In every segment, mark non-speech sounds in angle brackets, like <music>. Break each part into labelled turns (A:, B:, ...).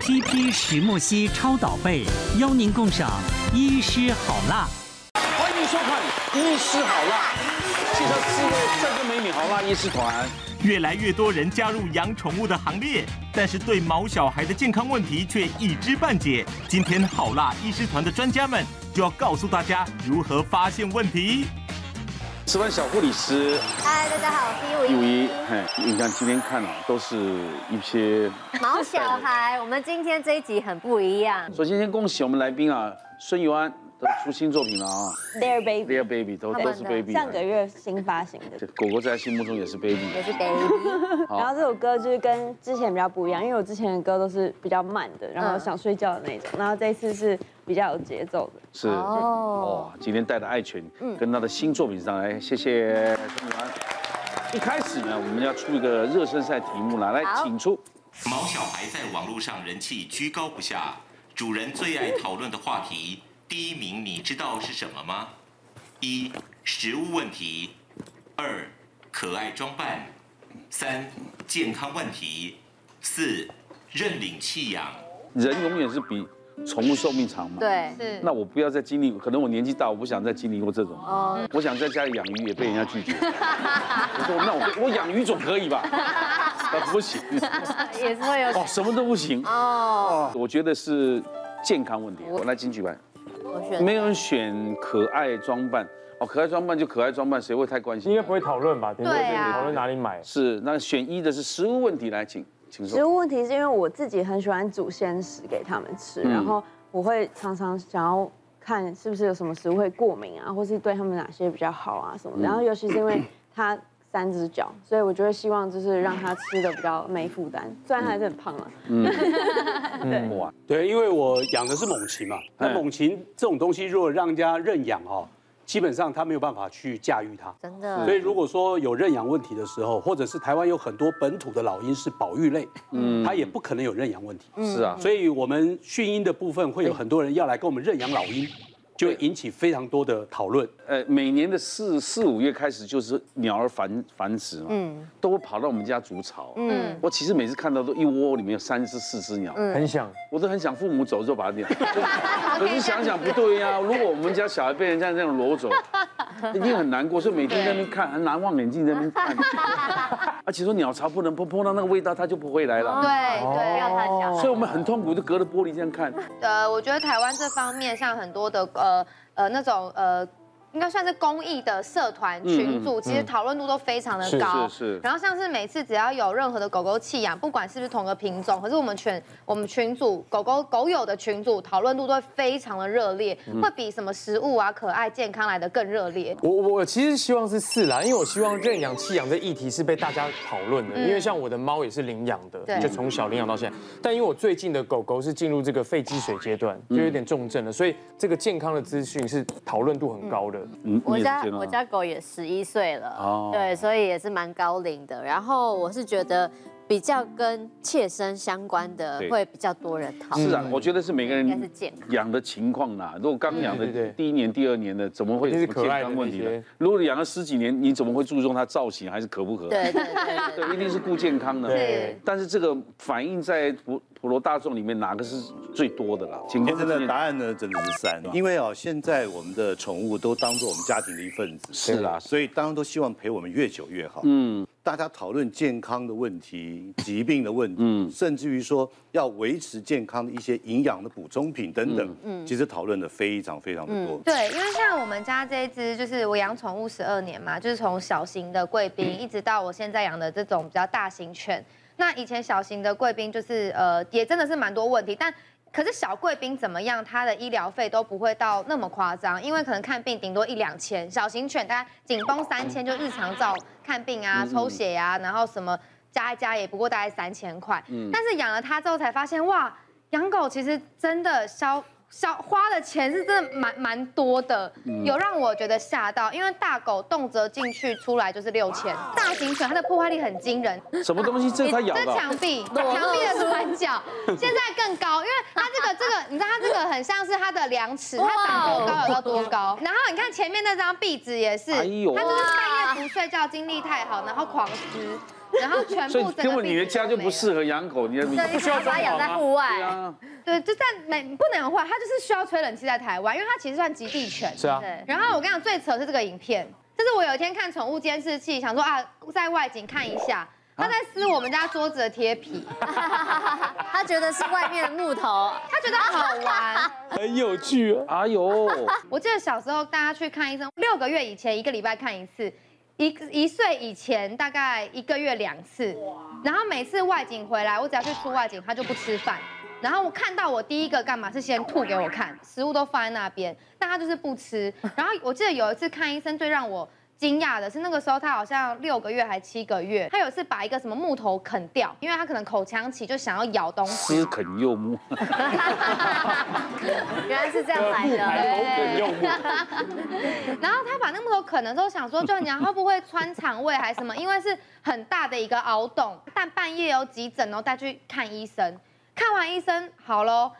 A: CP 石墨烯超导被，邀您共赏医师好辣。
B: 欢迎收看《医师好辣》，介绍世界最最美女好辣医师团。
C: 越来越多人加入养宠物的行列，但是对毛小孩的健康问题却一知半解。今天好辣医师团的专家们就要告诉大家如何发现问题。
B: 值班小护理师
D: 嗨，大家好，我是
B: 一
D: 一
B: 五
D: 五
B: 一，嘿，你看今天看啊，都是一些。
D: 毛小孩。我们今天这一集很不一样，
B: 首先先恭喜我们来宾啊，孙尤安都出新作品了啊
E: Their
B: ，Dear
E: Baby，
B: Baby 都
D: 他们
B: 都
D: 的
B: 是 Baby 啊。
E: 上个月新发行的
B: 这。狗狗在他心目中也是 Baby。
D: 也是 baby。
E: 然后这首歌就是跟之前比较不一样，因为我之前的歌都是比较慢的，然后想睡觉的那种，然后这一次是比较有节奏的。
B: 是哦
D: 哦，
B: 今天带着爱犬
D: 嗯
B: 跟他的新作品上来，谢谢孙尤安。一开始呢，我们要出一个热身赛题目啦，来，
D: 好
B: 请出。
C: 毛小孩在网络上人气居高不下，主人最爱讨论的话题，第一名你知道是什么吗？一、食物问题；二、可爱装扮；三、健康问题；四、认领弃养。
B: 人永远是比宠物寿命长嘛。。
D: 对，
B: 那我不要再经历，可能我年纪大，我不想再经历过这种。
D: 哦，
B: 我想在家里养鱼，也被人家
D: <laughs>
B: 拒绝。我说那我我养鱼总可以吧？啊，不行，
D: 也是会有
B: 哦，什么都不行。
D: 哦。
B: 我觉得是健康问题。我来金曲版，
D: 我选
B: 没有人选可爱装扮。哦，可爱装扮就可爱装扮，谁会太关
F: 应
B: 心
F: 该？不会讨论吧？顶多
D: 对
F: 是
D: 啊
F: 讨论哪里买。
B: 是，那选一的是食物问题，来，请请
E: 食
B: 说。
E: 物问题是因为我自己很喜欢煮鲜食给他们吃，然后我会常常想要看是不是有什么食物会过敏啊，或是对他们哪些比较好啊什么的。然后尤其是因为它三只脚，所以我就会希望就是让它吃的比较没负担，虽然它还是很胖啊。
B: 哇，
G: 对，因为我养的是猛禽嘛，那
B: 哎
G: 猛禽这种东西，如果让人家认养哦，基本上他没有办法去驾驭它。
D: 真
H: 嗯
D: 的
G: 所以如果说有认养问题的时候，或者是台湾有很多本土的老鹰是保育类，嗯，它也不可能有认养问题。
B: 是
D: 嗯
B: 啊，
G: 所以我们训鹰的部分会有很多人要来跟我们认养老鹰，就会引起非常多的讨论。
B: 呃，每年的四四五月开始就是鸟儿繁繁殖嘛，嗯，都会跑到我们家筑巢，嗯，我其实每次看到都一窝里面有三只四只鸟，
H: 嗯
F: 很想，
B: 我都很想父母走就把它鸟，可是想想不对呀、如果我们家小孩被人家这样挪走，一定很难过，所以每天在那边看，还拿望远镜在那边看， <laughs> 而且说鸟巢不能碰，碰到那个味道它就不回来了，
H: 对
D: 不
H: 对，
D: 要太小，
B: 所以我们很痛苦，就隔着玻璃这样看，
H: 呃，我觉得台湾这方面，像很多的呃呃那种呃。应该算是公益的社团群组，其实讨论度都非常的高。
B: 嗯是是是
H: 然后像是每次只要有任何的狗狗弃养，不管是不是同个品种，可是我们群我们群组狗狗狗友的群组讨论度都会非常的热烈，
B: 嗯
H: 会比什么食物啊、可爱、健康来的更热烈。
F: 我我我其实希望是四啦，因为我希望认养弃养这议题是被大家讨论的，因为像我的猫也是领养的，
H: 嗯对
F: 就从小领养到现在。但因为我最近的狗狗是进入这个肺积水阶段，
H: 嗯
F: 就有点重症了，所以这个健康的资讯是讨论度很高的。
B: 嗯，
D: 我
B: 你也
D: 家
B: 觉得吗
D: 我家狗也十一岁了，
B: 哦
D: 对，所以也是蛮高龄的。然后我是觉得比较跟切身相关的
B: 对
D: 会比较多人讨
B: 是
D: 论。
B: 啊，
F: 嗯
B: 我觉得是每个
D: 应该是
B: 人
D: 健康
B: 养的情况啦。如果刚养的
F: 对对对
B: 第一年、第二年的，怎么会有
F: 那
B: 什
F: 是
B: 么
F: 可
B: 健
F: 爱的
B: 康问题呢
F: 那些？
B: 如果养了十几年，你怎么会注重它造型还是可不可爱？
D: 对对对对
B: 对，一定是顾健康的。
H: 对，
B: 但是这个反映在普普罗大众里面，哪个是最多的
F: 哦
B: 啦？请
I: 今天哎的答
B: 案
I: 案呢，真的是三，因为哦，现在我们的宠物都当做我们家庭的一份子，啊
B: 是啦
I: 所以当然都希望陪我们越久越好。嗯，大家讨论健康的问题、疾病的问题，甚至于说要维持健康的一些营养的补充品等等，其实讨论的非常非常的多。
H: <laughs> 嗯对，啊因为像我们家这一只，就是我养宠物十二年嘛，就是从小型的贵宾
D: 嗯
H: 一直到我现在养的这种比较大型犬。那以前小型的贵宾就是呃，也真的是蛮多问题，但。可是小贵宾怎么样？它的医疗费都不会到那么夸张，因为可能看病顶多一两千，小型犬大概紧绷三千，就日常照看病啊、抽血啊，然后什么加一加也不过大概三千块。
D: 嗯
H: 但是养了它之后才发现，哇，养狗其实真的消消花的钱是真的蛮蛮多的，有让我觉得吓到，因为大狗动辄进去出来就是六千，大型犬它的破坏力很惊人。
B: 什么东西？这是它咬
H: 这
B: 的啊。
H: 墙壁，墙壁
D: 哦
H: 的转角，现在更高，因为它这个这
D: <laughs>
H: 个，你知道它这个很像是它的量尺，它长
D: 哦
H: 多高有到多高。然后你看前面那张壁纸也是，它
B: 哎呦
H: 就是半夜不睡觉，精力太好，然后狂吃。然后全
B: 所以
H: 部整个
B: 根本你的
H: 病毒
B: 家就
H: 没
B: 不
H: 了
B: 适合养狗，你的你
H: 对
B: 不需要
H: 把它
B: 装
H: 养
B: 潢
H: 在
B: 吗
D: 户外
B: 对啊，
H: 对，就在美不能有坏，它就是需要吹冷气在台湾，因为它其实算极地犬。
F: 是啊，
H: 然后我跟你讲，最扯的是这个影片，就是我有一天看宠物监视器，想说啊，在外景看一下，它在撕我们家桌子的贴皮，
D: <laughs> 他觉得是外面的木
B: <laughs>
D: 头，
H: 它觉得好玩。
F: 很有趣啊。
B: 哎呦， <laughs>
H: 我记得小时候大家去看医生，六个月以前一个礼拜看一次，一一岁以前大概一个月两次，然后每次外景回来，我只要去出外景，他就不吃饭。然后我看到我第一个干嘛是先吐给我看，食物都放在那边，但他就是不吃。然后我记得有一次看医生，最让我惊讶的是那个时候他好像六个月还七个月，他有一次把一个什么木头啃掉，因为他可能口腔期就想要咬东西，
B: 思肯柚木，
D: 原来是这样来
B: 啊
D: 的。
F: 头梗用户，
H: 然后他把那个木头啃的时候，想说就你会不会穿肠胃还是什么？因为是很大的一个凹洞，但半夜有急诊，然后带去看医生，看完医生好喽，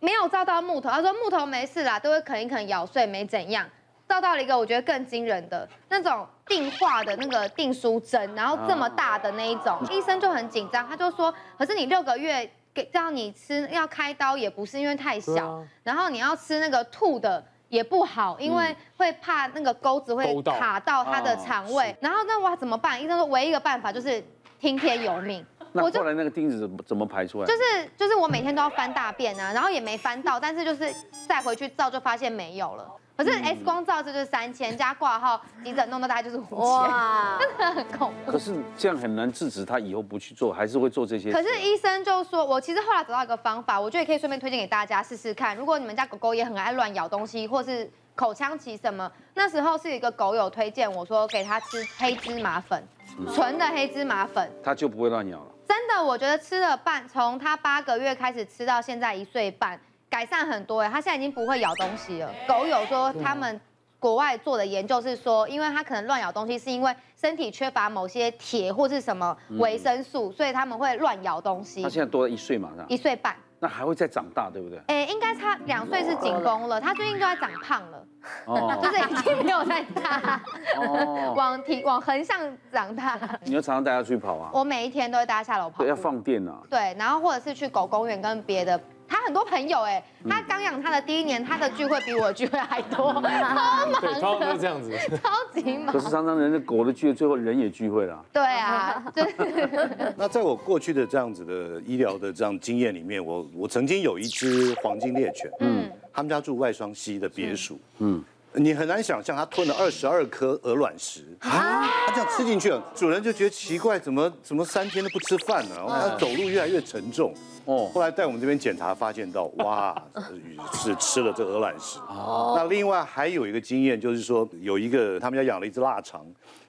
H: 没有照到木头，他说木头没事啦，都会啃一啃咬碎，没怎样。照到了一个我觉得更惊人的那种定化的那个订书针，然后这么大的那一种，医生就很紧张，他就说，可是你六个月给让你吃要开刀也不是因为太
F: 对
H: 小
F: 啊，
H: 然后你要吃那个吐的也不好，因为会怕那个钩子会
F: 勾到
H: 卡到哦他
B: 哦
H: 的肠胃。然后那哇怎么办？医生说唯一一个办法就是听天由命。
B: 那
H: 我就
B: 后来那个钉子怎么怎么排出来？
H: 就是就是我每天都要翻大便啊，然后也没翻到，但是就是再回去照就发现没有了。可
D: 嗯
H: 是 X 光照这就是三千加挂号急诊弄到大概就是五千，
D: 哇，
H: 很恐怖。
B: 可是这样很难制止他以后不去做，还是会做这些事啊。
H: 可是医生就说，我其实后来找到一个方法，我觉得也可以顺便推荐给大家试试看。如果你们家狗狗也很爱乱咬东西，或是口腔期什么，那时候是有一个狗友推荐我说给它吃黑芝麻粉，纯的黑芝麻粉。
B: 他就不会乱咬了。
H: 真的，我觉得吃了半，从它八个月开始吃到现在一岁半，改善很多哎，它现在已经不会咬东西了。狗友说他们。国外做的研究是说，因为它可能乱咬东西，是因为身体缺乏某些铁或是什么维生素，所以他们会乱咬东西
B: 他。现在多了一岁嘛，是吧
H: 一岁半，
B: 那还会再长大，对不
H: <laughs>
B: 对？
H: 哎，应该差两岁是紧绷了，他最近就在长胖了，就
B: 哦
H: 是已经没有在大，
B: 哦，
H: 往体往横向
D: <laughs>
H: 长大。
B: 你要常常带他出去跑啊，
H: 我每一天都会带他下楼跑
B: 对，
H: 步，
B: 要放电啊。
H: 对，然后或者是去狗公园跟别的。他很多朋友哎，
I: 嗯
H: 他刚养他的第一年，他的聚会比我的聚会还
I: <laughs>
H: 多，超
F: 对，
H: 忙，
F: 通常都是这样子。
H: 超级忙
B: 可。是常常人的狗的聚会，最后人也聚会了。
H: 对啊，就是
I: <laughs> 那在我过去的这样子的医疗的这样经验里面，我我曾经有一只黄金猎犬，嗯，他们家住外双溪的别墅，嗯，你很难想象它吞了二十二颗鹅卵石，啊，它这样吃进去了，主人就觉得奇怪，怎么怎么三天都不吃饭呢？它走路越来越沉重。
B: 哦
I: 啊哦，后来在我们这边检查发现到， <laughs> 哇，是吃了这鹅卵石。哦，那另外还有一个经验就是说，有一个他们家养了一只腊肠，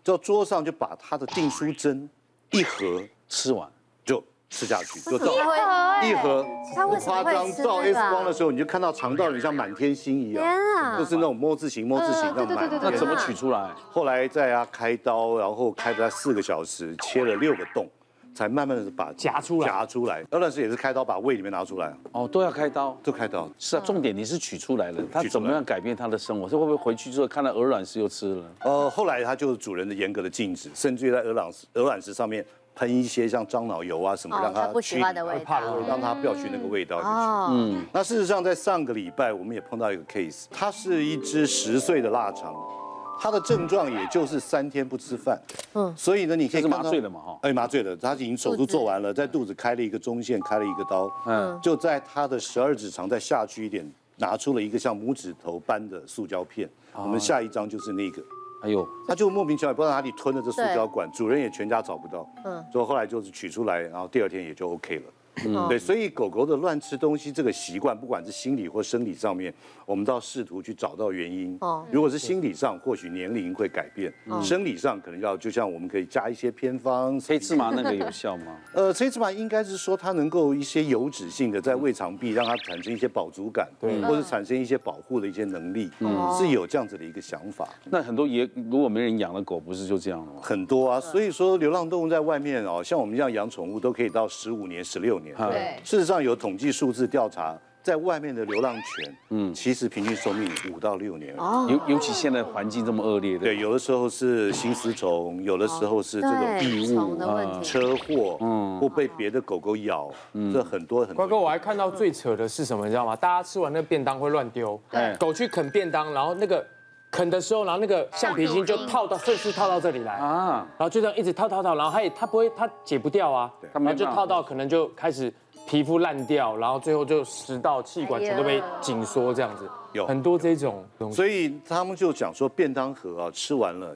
I: 到桌上就把它的订书针一盒
B: 吃完，
I: 就吃下去，就照
D: 他会
H: 欸
I: 一盒。
D: 他
I: 不
D: 为什么
I: 夸
D: 会
I: 张，
D: 吃
I: 照 X 光
D: 那
I: 的
D: 个？啊
I: 时候，你就看到肠道里像满天星一样
D: 天啊，
I: 就是那种摸字形、摸字形
H: 嗯
I: 那种满
H: 对对对
B: 那
I: 天
B: 怎么取出来？
I: 后来在他开刀，然后开了他四个小时，切了六个洞，才慢慢的把
F: 夹出来
I: 夹出来。当然是也是开刀把胃里面拿出来，
B: 哦，都要开刀。
I: 就开刀。
B: 是啊，重点你是取出来了，他怎么样改变他的生活？他会不会回去之后看到鹅卵石又吃了？
I: 呃，后来他就主人的严格的禁止，甚至于在鹅卵石鹅卵石上面喷一些像樟脑油啊什么，
D: 哦
I: 让，呃
D: 他
I: 它
D: 不喜欢的味道。
I: 道，让它不要去那个味道进去。
D: 哦，
I: 嗯那事实上，在上个礼拜我们也碰到一个 case，它是一只十岁的腊肠，它的症状也就是三天不吃饭，嗯，所以呢，你可以
B: 这是
I: 看
B: 麻
I: 到
B: 醉的嘛哈
I: 哎，麻醉的，它已经手术做完了，在肚子开了一个中线，开了一个刀，
B: 嗯
I: 嗯，就在它的十二指肠再下去一点，拿出了一个像拇指头般的塑胶片，我
B: 哦
I: 们下一张就是那个。
B: 哎呦，
I: 他就莫名其妙不知道哪里吞了这塑胶管，主人也全家找不到，
D: 嗯
I: 嗯，所以后来就是取出来，然后第二天也就 OK 了。对，所以狗狗的乱吃东西这个习惯，不管是心理或生理上面，我们都要试图去找到原因。
D: 哦
I: 哦，嗯如果是心理上，或许年龄会改变；生理上可能要，就像我们可以加一些偏方，
B: 黑芝麻那个有效吗？
I: 呃，催芝麻应该是说它能够一些油脂性的在胃肠壁让它产生一些饱足感，
F: 对
I: 或者产生一些保护的一些能力，是有这样子的一个想法。
B: <laughs> 那很多野如果没人养的狗，不是就这样了吗？
I: 很多啊，所以说流浪动物在外面哦，像我们这样养宠物都可以到十五年、十六年。
B: 啊
H: 对
I: 事实上有统计数字调查，在外面的流浪犬，嗯，其实平均寿命五到六年而已。
B: 尤尤其现在环境这么恶劣的，
I: 对，有的时候是心丝虫，有的时候是这
H: 哦
I: 种
D: 对，
I: 异
D: 虫
I: 物、
D: 的问题，
I: 车祸，嗯，或被别的狗狗咬，这很多很多。
F: 瓜哥，我还看到最扯的是什么，你知道吗？大家吃完那个便当会乱丢，
B: 对
F: 狗去啃便当，然后那个啃的时候，然后那个橡皮筋就套到，顺势套到这里来，
B: 啊，
F: 然后就这样一直套套套，然后哎它也它不会，它解不掉啊，
B: 它
F: 然
B: 没办
F: 后
B: 法
F: 就套到可能就开始皮肤烂掉，然后最后就食道、气管全都被紧缩这样子，
I: 有
F: 很多这种东西。
I: 所以他们就讲说，便当盒啊，吃完了，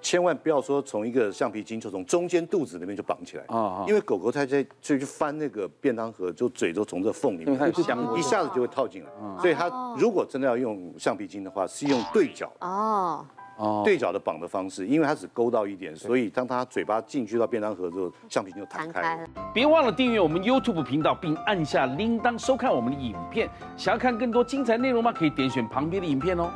I: 千万不要说从一个橡皮筋就从中间肚子那边就绑起来
B: 啊啊
I: 因为狗狗它在就去翻那个便当盒，就嘴都从这缝里
B: 因为它
I: 面
B: 有香味
I: 一下子就会套进来。
B: 啊
I: 所以它如果真的要用橡皮筋的话，是用对角
B: 啊
D: 哦，
B: 哦，
I: 对角的绑的方式，因为它只勾到一点，所以当它嘴巴进去到便当盒之后，橡皮筋就弹
D: 弹
I: 开
D: 开
I: 了
D: 了。。
B: 别忘了订阅我们 YouTube 频道，并按下铃铛收看我们的影片。想要看更多精彩内容吗？可以点选旁边的影片哦。